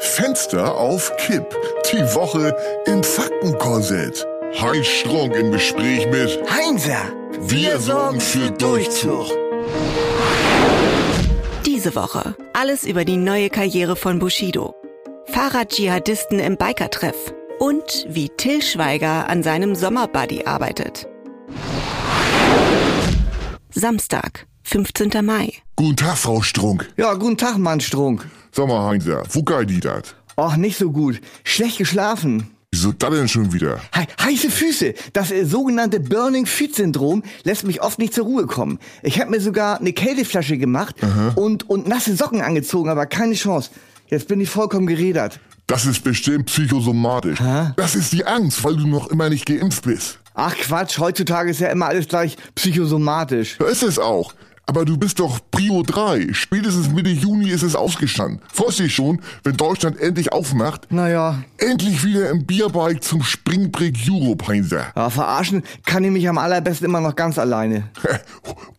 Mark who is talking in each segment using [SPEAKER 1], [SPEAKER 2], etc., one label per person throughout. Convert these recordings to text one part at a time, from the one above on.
[SPEAKER 1] Fenster auf Kipp. Die Woche im Faktenkorsett. Heinz Strunk im Gespräch mit
[SPEAKER 2] Heinzer,
[SPEAKER 1] Wir sorgen für Durchzug.
[SPEAKER 3] Diese Woche alles über die neue Karriere von Bushido, Fahrrad-Dschihadisten im Bikertreff und wie Till Schweiger an seinem Sommerbuddy arbeitet. Samstag, 15. Mai.
[SPEAKER 1] Guten Tag, Frau Strunk.
[SPEAKER 2] Ja, guten Tag, Mann Strunk.
[SPEAKER 1] Sag mal, Heinzer, wo geil die das?
[SPEAKER 2] Och, nicht so gut. Schlecht geschlafen.
[SPEAKER 1] Wieso das denn schon wieder?
[SPEAKER 2] He heiße Füße. Das äh, sogenannte Burning Feet Syndrom lässt mich oft nicht zur Ruhe kommen. Ich habe mir sogar eine Kälteflasche gemacht und, und nasse Socken angezogen, aber keine Chance. Jetzt bin ich vollkommen geredert.
[SPEAKER 1] Das ist bestimmt psychosomatisch.
[SPEAKER 2] Hä?
[SPEAKER 1] Das ist die Angst, weil du noch immer nicht geimpft bist.
[SPEAKER 2] Ach Quatsch, heutzutage ist ja immer alles gleich psychosomatisch.
[SPEAKER 1] Da ist es auch. Aber du bist doch Prio 3. Spätestens Mitte Juni ist es ausgestanden. Freust dich schon, wenn Deutschland endlich aufmacht?
[SPEAKER 2] Naja,
[SPEAKER 1] Endlich wieder im Bierbike zum Spring Break Europe, Heinzer.
[SPEAKER 2] aber verarschen kann ich mich am allerbesten immer noch ganz alleine.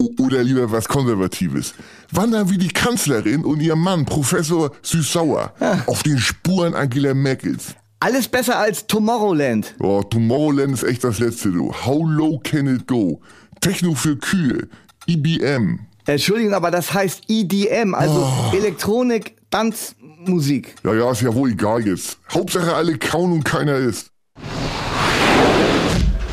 [SPEAKER 1] O- Oder lieber was Konservatives. Wandern wie die Kanzlerin und ihr Mann, Professor Süßauer, auf den Spuren Angela Merkels.
[SPEAKER 2] Alles besser als Tomorrowland.
[SPEAKER 1] Oh, Tomorrowland ist echt das Letzte, du. How low can it go? Techno für Kühe. IBM.
[SPEAKER 2] Entschuldigung, aber das heißt EDM, also Elektronik, Tanzmusik.
[SPEAKER 1] Ja, ja, ist ja wohl egal jetzt. Hauptsache alle kauen und keiner isst.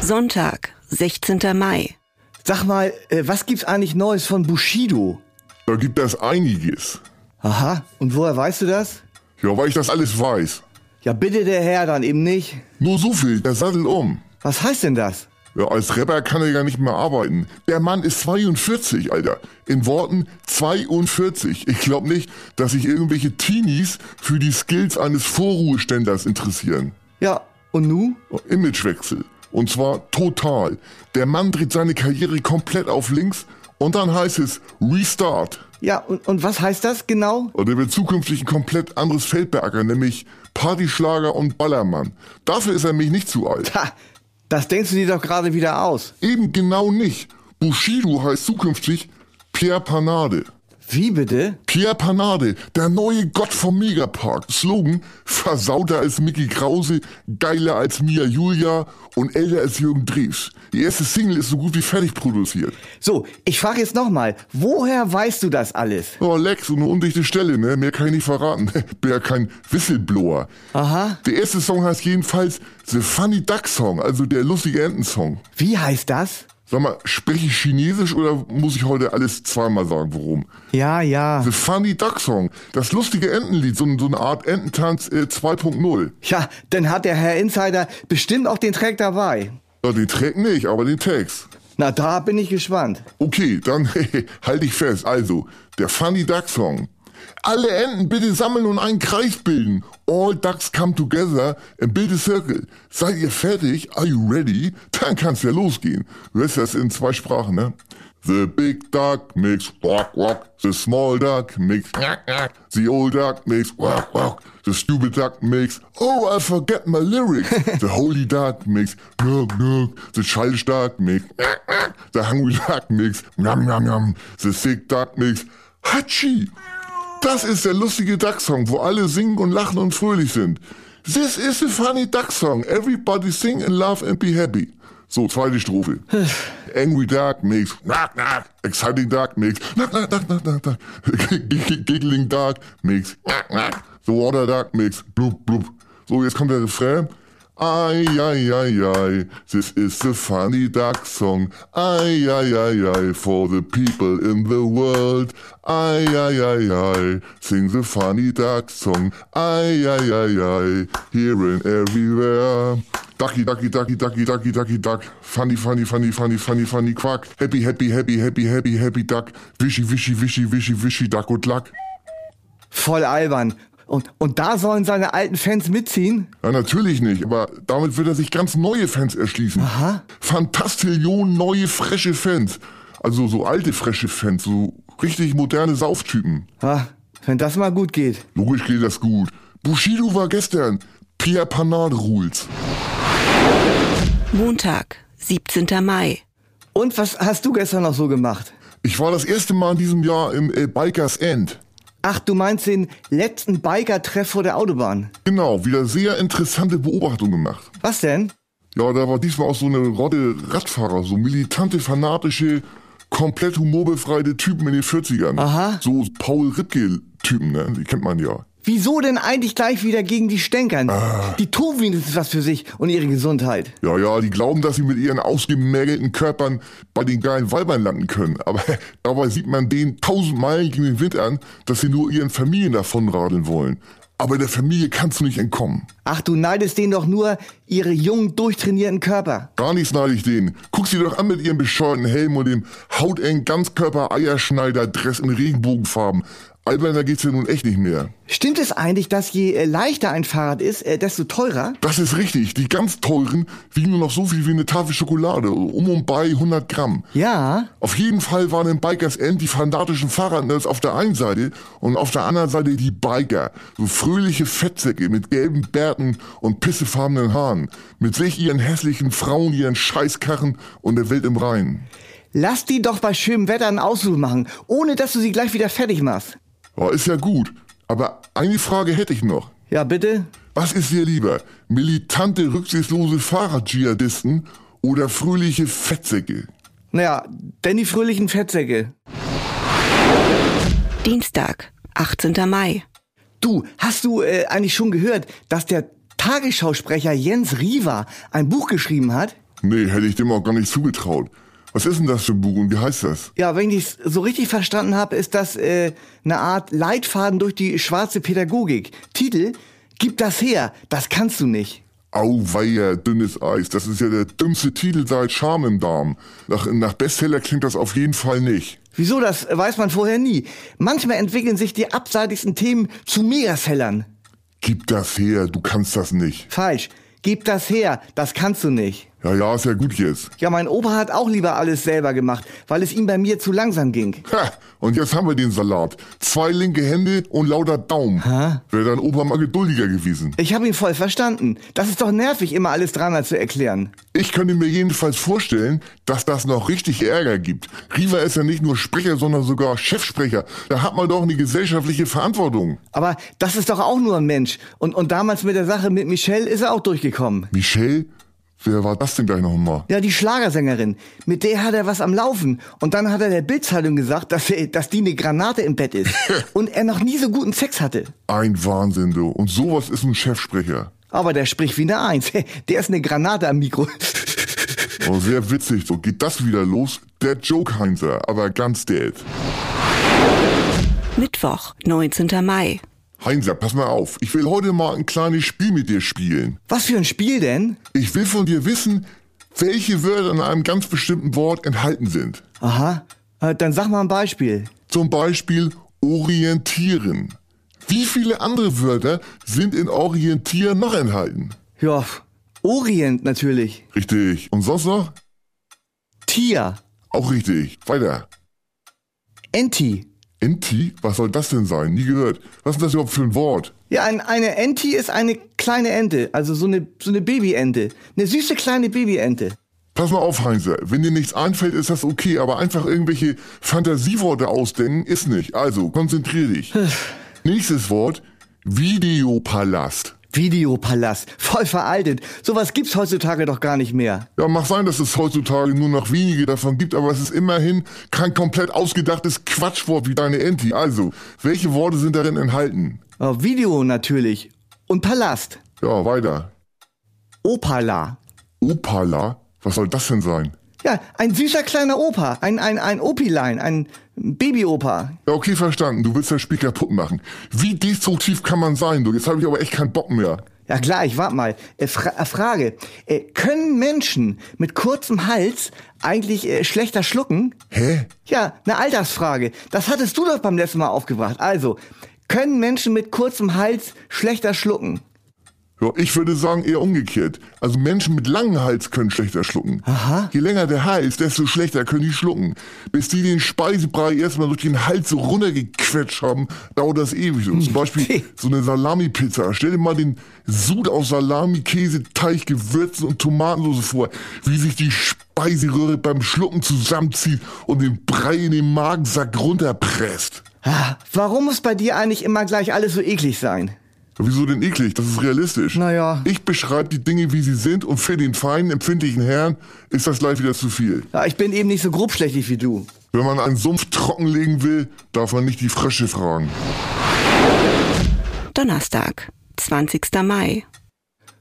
[SPEAKER 3] Sonntag, 16. Mai.
[SPEAKER 2] Sag mal, äh, was gibt's eigentlich Neues von Bushido?
[SPEAKER 1] Da gibt das einiges.
[SPEAKER 2] Aha, und woher weißt du das?
[SPEAKER 1] Ja, weil ich das alles weiß.
[SPEAKER 2] Ja, bitte der Herr dann eben nicht.
[SPEAKER 1] Nur so viel, der Sattel um.
[SPEAKER 2] Was heißt denn das?
[SPEAKER 1] Ja, als Rapper kann er ja nicht mehr arbeiten. Der Mann ist 42, Alter. In Worten 42. Ich glaube nicht, dass sich irgendwelche Teenies für die Skills eines Vorruheständers interessieren.
[SPEAKER 2] Ja, und nu?
[SPEAKER 1] Imagewechsel. Und zwar total. Der Mann dreht seine Karriere komplett auf links und dann heißt es Restart.
[SPEAKER 2] Ja, und, und was heißt das genau?
[SPEAKER 1] Und er wird zukünftig ein komplett anderes Feld beackern, nämlich Partyschlager und Ballermann. Dafür ist er mich nicht zu alt.
[SPEAKER 2] Ha, das denkst du dir doch gerade wieder aus.
[SPEAKER 1] Eben genau nicht. Bushido heißt zukünftig Pierre Panade.
[SPEAKER 2] Wie bitte?
[SPEAKER 1] Pierre Panade, der neue Gott vom Megapark. Slogan, versauter als Mickey Krause, geiler als Mia Julia und älter als Jürgen Drews. Die erste Single ist so gut wie fertig produziert.
[SPEAKER 2] So, ich frage jetzt nochmal, woher weißt du das alles?
[SPEAKER 1] Oh, Lex, so eine undichte Stelle, ne? Mehr kann ich nicht verraten. Bin ja kein Whistleblower.
[SPEAKER 2] Aha,
[SPEAKER 1] Der erste Song heißt jedenfalls The Funny Duck Song, also der lustige Entensong.
[SPEAKER 2] wie heißt das?
[SPEAKER 1] Sag mal, spreche ich Chinesisch oder muss ich heute alles zweimal sagen, worum?
[SPEAKER 2] Ja, ja.
[SPEAKER 1] The Funny Duck Song, das lustige Entenlied, so, so eine Art Ententanz äh, 2.0.
[SPEAKER 2] Ja, dann hat der Herr Insider bestimmt auch den Track dabei.
[SPEAKER 1] Ja, den Track nicht, aber den Text.
[SPEAKER 2] Na, da bin ich gespannt.
[SPEAKER 1] Okay, dann halte ich fest. Also, der Funny Duck Song. Alle Enten bitte sammeln und einen Kreis bilden. All Ducks come together and build a circle. Seid ihr fertig? Are you ready? Dann kann's ja losgehen. Du hörst das in zwei Sprachen, ne? The big duck makes quack quack. The small duck makes quack quack. The old duck makes quack quack. The stupid duck makes oh I forget my lyrics. The holy duck makes knock knock. The childish duck makes quack quack. The hungry duck makes nom nom nom. The sick duck makes hatschi. Das ist der lustige Duck-Song, wo alle singen und lachen und fröhlich sind. This is a funny Duck-Song. Everybody sing and laugh and be happy. So, zweite Strophe. Angry Duck makes knock knock. Exciting Duck makes knock knock knock knock knock knock. Giggling Duck makes knock knock. The Water Duck makes blub blub. So, jetzt kommt der Refrain. Ei, ei, ei, ei, this is the funny duck song. Ei, ei, ei, ei, for the people in the world. Ei, ei, ei, ei, sing the funny duck song. Ei, ei, ei, ei, here and everywhere. Ducky, ducky, ducky, ducky, ducky, ducky, duck. Funny, funny, funny, funny, funny, funny, quack. Happy, happy, happy, happy, happy, happy duck. Wishy, wishy, wishy, wishy, wishy, duck und luck.
[SPEAKER 2] Voll albern. Und, und da sollen seine alten Fans mitziehen?
[SPEAKER 1] Ja, natürlich nicht, aber damit wird er sich ganz neue Fans erschließen. Aha. Fantastillionen neue, frische Fans. Also so alte, frische Fans, so richtig moderne Sauftypen.
[SPEAKER 2] Ha, wenn das mal gut geht.
[SPEAKER 1] Logisch geht das gut. Bushido war gestern. Pierre Panade rules.
[SPEAKER 3] Montag, 17. Mai.
[SPEAKER 2] Und was hast du gestern noch so gemacht?
[SPEAKER 1] Ich war das erste Mal in diesem Jahr im äh, Bikers End.
[SPEAKER 2] Ach, du meinst den letzten Biker-Treff vor der Autobahn.
[SPEAKER 1] Genau, wieder sehr interessante Beobachtung gemacht.
[SPEAKER 2] Was denn?
[SPEAKER 1] Ja, da war diesmal auch so eine Rotte Radfahrer, so militante, fanatische, komplett humorbefreite Typen in den 40ern.
[SPEAKER 2] Aha.
[SPEAKER 1] So Paul Ripke-Typen, ne? Die kennt man ja.
[SPEAKER 2] Wieso denn eigentlich gleich wieder gegen die Stänkern? Die tun wenigstens was für sich und ihre Gesundheit.
[SPEAKER 1] Ja, ja, die glauben, dass sie mit ihren ausgemergelten Körpern bei den geilen Weibern landen können. Aber dabei sieht man denen tausend Meilen gegen den Wind an, dass sie nur ihren Familien davonradeln wollen. Aber der Familie kannst du nicht entkommen.
[SPEAKER 2] Ach, du neidest denen doch nur ihre jungen, durchtrainierten Körper.
[SPEAKER 1] Gar nichts neide ich denen. Guck sie doch an mit ihrem bescheuerten Helm und dem hautengen Ganzkörper-Eierschneider-Dress in Regenbogenfarben. Alberner geht's ja nun echt nicht mehr.
[SPEAKER 2] Stimmt es eigentlich, dass je äh, leichter ein Fahrrad ist, äh, desto teurer?
[SPEAKER 1] Das ist richtig. Die ganz teuren wiegen nur noch so viel wie eine Tafel Schokolade. Um und bei 100 Gramm.
[SPEAKER 2] Ja.
[SPEAKER 1] Auf jeden Fall waren in Bikers End die fanatischen Fahrradnerds auf der einen Seite und auf der anderen Seite die Biker. So fröhliche Fettsäcke mit gelben Bärten und pissefarbenen Haaren. Mit sich ihren hässlichen Frauen, ihren Scheißkarren und der Welt im Rhein.
[SPEAKER 2] Lass die doch bei schönem Wetter einen Ausflug machen, ohne dass du sie gleich wieder fertig machst.
[SPEAKER 1] Ja, Oh, ist ja gut. Aber eine Frage hätte ich noch.
[SPEAKER 2] Ja, bitte?
[SPEAKER 1] Was ist dir lieber? Militante, rücksichtslose Fahrradjihadisten oder fröhliche Fettsäcke?
[SPEAKER 2] Naja, denn die fröhlichen Fettsäcke.
[SPEAKER 3] Dienstag, 18. Mai.
[SPEAKER 2] Du, hast du äh, eigentlich schon gehört, dass der Tagesschausprecher Jens Riva ein Buch geschrieben hat?
[SPEAKER 1] Nee, hätte ich dem auch gar nicht zugetraut. Was ist denn das für ein Buch und wie heißt das?
[SPEAKER 2] Ja, wenn ich es so richtig verstanden habe, ist das äh, eine Art Leitfaden durch die schwarze Pädagogik. Titel, gib das her, das kannst du nicht.
[SPEAKER 1] Auweia, dünnes Eis. Das ist ja der dümmste Titel seit Charme im Darm. Nach, nach Bestseller klingt das auf jeden Fall nicht.
[SPEAKER 2] Wieso, das weiß man vorher nie. Manchmal entwickeln sich die abseitigsten Themen zu Megasellern.
[SPEAKER 1] Gib das her, du kannst das nicht.
[SPEAKER 2] Falsch. Gib das her, das kannst du nicht.
[SPEAKER 1] Ja, ja, ist ja gut jetzt.
[SPEAKER 2] Ja, mein Opa hat auch lieber alles selber gemacht, weil es ihm bei mir zu langsam ging.
[SPEAKER 1] Ha, und jetzt haben wir den Salat. Zwei linke Hände und lauter Daumen.
[SPEAKER 2] Hä?
[SPEAKER 1] Wäre dein Opa mal geduldiger gewesen.
[SPEAKER 2] Ich habe ihn voll verstanden. Das ist doch nervig, immer alles dreimal zu erklären.
[SPEAKER 1] Ich könnte mir jedenfalls vorstellen, dass das noch richtig Ärger gibt. Riva ist ja nicht nur Sprecher, sondern sogar Chefsprecher. Da hat man doch eine gesellschaftliche Verantwortung.
[SPEAKER 2] Aber das ist doch auch nur ein Mensch. Und, und damals mit der Sache mit Michelle ist er auch durchgekommen.
[SPEAKER 1] Michelle? Wer war das denn gleich nochmal?
[SPEAKER 2] Ja, die Schlagersängerin. Mit der hat er was am Laufen. Und dann hat er der Bildzeitung gesagt, dass, er, dass die eine Granate im Bett ist. und er noch nie so guten Sex hatte.
[SPEAKER 1] Ein Wahnsinn, du. Und sowas ist ein Chefsprecher.
[SPEAKER 2] Aber der spricht wie eine Eins. Der ist eine Granate am Mikro.
[SPEAKER 1] Oh, sehr witzig. So geht das wieder los. Der Joke Heinzer, aber ganz dead.
[SPEAKER 3] Mittwoch, 19. Mai.
[SPEAKER 1] Heinzer, pass mal auf. Ich will heute mal ein kleines Spiel mit dir spielen.
[SPEAKER 2] Was für ein Spiel denn?
[SPEAKER 1] Ich will von dir wissen, welche Wörter in einem ganz bestimmten Wort enthalten sind.
[SPEAKER 2] Aha. Äh, Dann sag mal ein Beispiel.
[SPEAKER 1] Zum Beispiel orientieren. Wie viele andere Wörter sind in orientieren noch enthalten?
[SPEAKER 2] Ja, Orient natürlich.
[SPEAKER 1] Richtig. Und sonst noch?
[SPEAKER 2] Tier.
[SPEAKER 1] Auch richtig. Weiter.
[SPEAKER 2] Enti.
[SPEAKER 1] Enti? Was soll das denn sein? Nie gehört. Was ist das überhaupt für ein Wort?
[SPEAKER 2] Ja, ein, eine Enti ist eine kleine Ente. Also so eine, so eine Babyente. Eine süße kleine Babyente.
[SPEAKER 1] Pass mal auf, Heinzer. Wenn dir nichts einfällt, ist das okay, aber einfach irgendwelche Fantasieworte ausdenken ist nicht. Also, konzentrier dich. Nächstes Wort. Videopalast.
[SPEAKER 2] Videopalast. Voll veraltet. Sowas gibt's heutzutage doch gar nicht mehr.
[SPEAKER 1] Ja, mag sein, dass es heutzutage nur noch wenige davon gibt, aber es ist immerhin kein komplett ausgedachtes Quatschwort wie deine Enti. Also, welche Worte sind darin enthalten?
[SPEAKER 2] Oh, Video natürlich. Und Palast.
[SPEAKER 1] Ja, weiter.
[SPEAKER 2] Opala.
[SPEAKER 1] Opala? Was soll das denn sein?
[SPEAKER 2] Ja, ein süßer kleiner Opa. Ein, ein, ein Opilein. Ein Babyopa.
[SPEAKER 1] Ja, okay, verstanden. Du willst das Spiel kaputt machen. Wie destruktiv kann man sein, du? Jetzt habe ich aber echt keinen Bock mehr.
[SPEAKER 2] Ja klar, ich warte mal. Äh, Fra äh, Frage. Äh, können Menschen mit kurzem Hals eigentlich äh, schlechter schlucken?
[SPEAKER 1] Hä?
[SPEAKER 2] Ja, eine Altersfrage. Das hattest du doch beim letzten Mal aufgebracht. Also, können Menschen mit kurzem Hals schlechter schlucken?
[SPEAKER 1] Ja, ich würde sagen eher umgekehrt. Also Menschen mit langem Hals können schlechter schlucken. Aha. Je länger der Hals, desto schlechter können die schlucken. Bis die den Speisebrei erstmal durch den Hals so runtergequetscht haben, dauert das ewig. Und zum Beispiel so eine Salami-Pizza. Stell dir mal den Sud aus Salami, Käse, Teig, Gewürzen und Tomatensoße vor, wie sich die Speiseröhre beim Schlucken zusammenzieht und den Brei in den Magensack runterpresst.
[SPEAKER 2] Ah, Warum muss bei dir eigentlich immer gleich alles so eklig sein?
[SPEAKER 1] Wieso denn eklig? Das ist realistisch.
[SPEAKER 2] Naja.
[SPEAKER 1] Ich beschreibe die Dinge, wie sie sind und für den feinen, empfindlichen Herrn ist das gleich wieder zu viel.
[SPEAKER 2] Ja, ich bin eben nicht so grobschlächtig wie du.
[SPEAKER 1] Wenn man einen Sumpf trockenlegen will, darf man nicht die Frösche fragen.
[SPEAKER 3] Donnerstag, 20. Mai.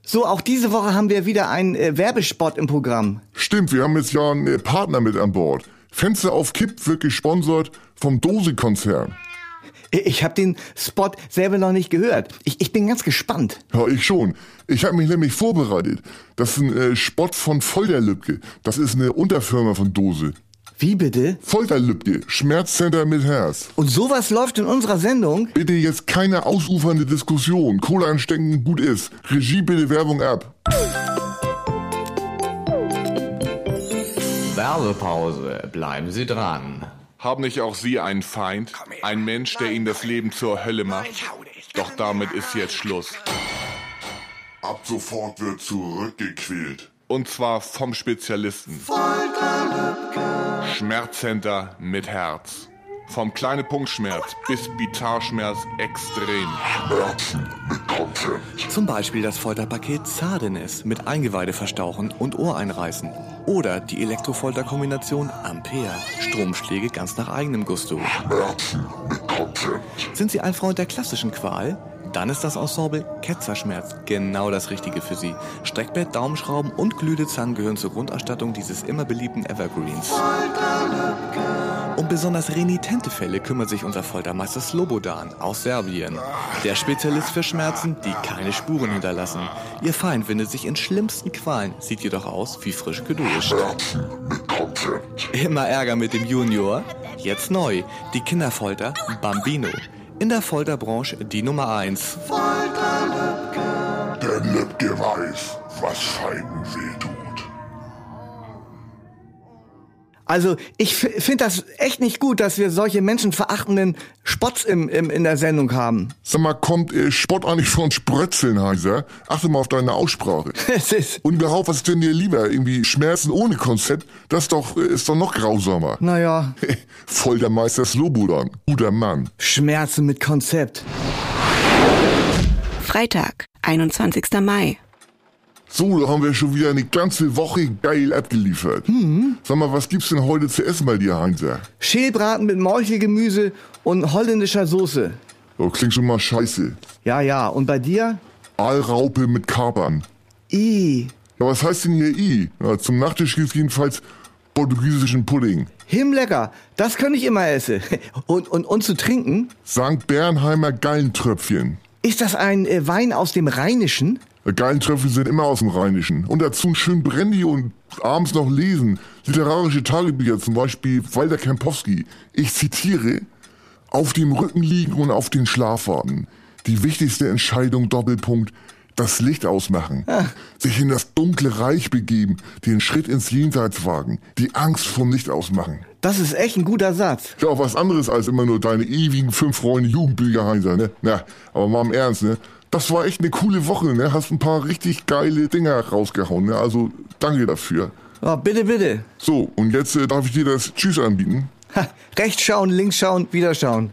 [SPEAKER 2] So, auch diese Woche haben wir wieder einen äh, Werbespot im Programm.
[SPEAKER 1] Stimmt, wir haben jetzt ja einen äh, Partner mit an Bord. Fenster auf Kipp wird gesponsert vom Dose-Konzern.
[SPEAKER 2] I- Äh, Ich habe den Spot selber noch nicht gehört. Ich, ich bin ganz gespannt.
[SPEAKER 1] Ja, ich schon. Ich habe mich nämlich vorbereitet. Das ist ein äh, Spott von Folterlübke. Das ist eine Unterfirma von Dose.
[SPEAKER 2] Wie bitte?
[SPEAKER 1] Folterlübke, Schmerzcenter mit Herz.
[SPEAKER 2] Und sowas läuft in unserer Sendung?
[SPEAKER 1] Bitte jetzt keine ausufernde Diskussion. Kohle einstecken, gut ist. Regie bitte Werbung ab.
[SPEAKER 4] Werbepause. Bleiben Sie dran.
[SPEAKER 5] Haben nicht auch Sie einen Feind? Ein Mensch, der Ihnen das Leben zur Hölle macht? Doch damit ist jetzt Schluss.
[SPEAKER 1] Ab sofort wird zurückgequält.
[SPEAKER 5] Und zwar vom Spezialisten. Schmerzcenter mit Herz. Vom kleine Punktschmerz bis Bitarschmerz extrem.
[SPEAKER 6] Zum Beispiel das Folterpaket Zardenes mit Eingeweide verstauchen und Ohr einreißen. Oder die Elektrofolterkombination Ampere. Stromschläge ganz nach eigenem Gusto. Sind Sie ein Freund der klassischen Qual? Dann ist das Ensemble Ketzerschmerz genau das Richtige für Sie. Streckbett, Daumenschrauben und Glüdezangen gehören zur Grundausstattung dieses immer beliebten Evergreens. Um besonders renitente Fälle kümmert sich unser Foltermeister Slobodan aus Serbien. Der Spezialist für Schmerzen, die keine Spuren hinterlassen. Ihr Feind windet sich in schlimmsten Qualen, sieht jedoch aus wie frisch geduscht. Immer Ärger mit dem Junior? Jetzt neu, die Kinderfolter Bambino. In der Folterbranche die Nummer 1.
[SPEAKER 1] Der Lübke weiß, was Feinden wehtut.
[SPEAKER 2] Also, ich finde das echt nicht gut, dass wir solche menschenverachtenden Spots im, im, in der Sendung haben.
[SPEAKER 1] Sag mal, kommt äh, Spott eigentlich von Sprötzeln, Heiser? Achte mal auf deine Aussprache.
[SPEAKER 2] Es ist,
[SPEAKER 1] Und überhaupt, was ist denn dir lieber? Irgendwie Schmerzen ohne Konzept? Das ist doch, äh, ist doch noch grausamer.
[SPEAKER 2] naja,
[SPEAKER 1] Voll der Meister Slobodan. Guter Mann.
[SPEAKER 2] Schmerzen mit Konzept.
[SPEAKER 3] Freitag, 21. Mai.
[SPEAKER 1] So, da haben wir schon wieder eine ganze Woche geil abgeliefert. Sag mal, was gibt's denn heute zu essen bei dir, Heinzer?
[SPEAKER 2] Schälbraten mit Morchelgemüse und holländischer Soße.
[SPEAKER 1] Oh, klingt schon mal scheiße.
[SPEAKER 2] Ja, ja, und bei dir?
[SPEAKER 1] Aalraupe mit Kapern.
[SPEAKER 2] I.
[SPEAKER 1] Ja, was heißt denn hier I? Ja, zum Nachtisch gibt's jedenfalls portugiesischen Pudding.
[SPEAKER 2] Himlecker, das könnte ich immer essen. Und, und, und zu trinken?
[SPEAKER 1] St. Bernheimer Gallentröpfchen.
[SPEAKER 2] Ist das ein äh, Wein aus dem Rheinischen?
[SPEAKER 1] Gallentröpfchen sind immer aus dem Rheinischen. Und dazu ein schön Brandy und abends noch lesen. Literarische Tagebücher, zum Beispiel Walter Kempowski. Ich zitiere, auf dem Rücken liegen und auf den Schlaf warten. Die wichtigste Entscheidung, Doppelpunkt, das Licht ausmachen. Sich in das dunkle Reich begeben, den Schritt ins Jenseits wagen, die Angst vom Licht ausmachen.
[SPEAKER 2] Das ist echt ein guter Satz.
[SPEAKER 1] Ja, auch was anderes als immer nur deine ewigen fünf Freunde Jugendbücher, Heinzer, ne? Na, aber mal im Ernst, ne? Das war echt eine coole Woche, ne? Hast ein paar richtig geile Dinger rausgehauen, ne? Also, danke dafür.
[SPEAKER 2] Oh, bitte, bitte.
[SPEAKER 1] So, und jetzt äh, darf ich dir das Tschüss anbieten.
[SPEAKER 2] Ha, rechts schauen, links schauen, wieder schauen.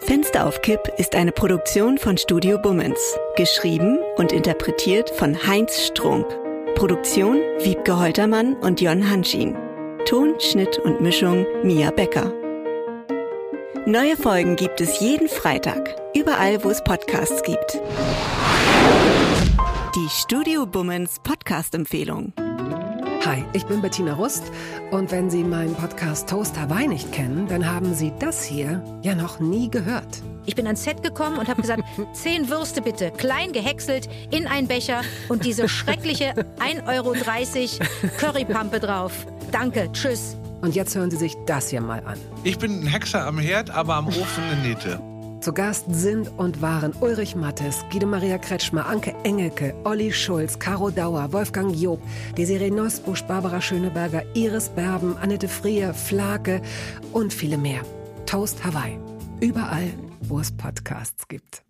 [SPEAKER 3] Fenster auf Kipp ist eine Produktion von Studio Bummens. Geschrieben und interpretiert von Heinz Strunk. Produktion Wiebke Holtermann und Jon Hanschin. Ton, Schnitt und Mischung Mia Becker. Neue Folgen gibt es jeden Freitag. Überall, wo es Podcasts gibt. Die Studio Bummens Podcast-Empfehlung.
[SPEAKER 7] Hi, ich bin Bettina Rust und wenn Sie meinen Podcast Toast Hawaii nicht kennen, dann haben Sie das hier ja noch nie gehört.
[SPEAKER 8] Ich bin ans Set gekommen und habe gesagt, zehn Würste bitte, klein gehäckselt, in einen Becher und diese schreckliche 1,30 Euro Currypampe drauf. Danke, tschüss.
[SPEAKER 7] Und jetzt hören Sie sich das hier mal an.
[SPEAKER 9] Ich bin ein Hexer am Herd, aber am Ofen eine Niete.
[SPEAKER 7] Zu Gast sind und waren Ulrich Mattes, Guido Maria Kretschmer, Anke Engelke, Olli Schulz, Caro Dauer, Wolfgang Job, Desiree Nosbusch, Barbara Schöneberger, Iris Berben, Annette Frier, Flake und viele mehr. Toast Hawaii. Überall, wo es Podcasts gibt.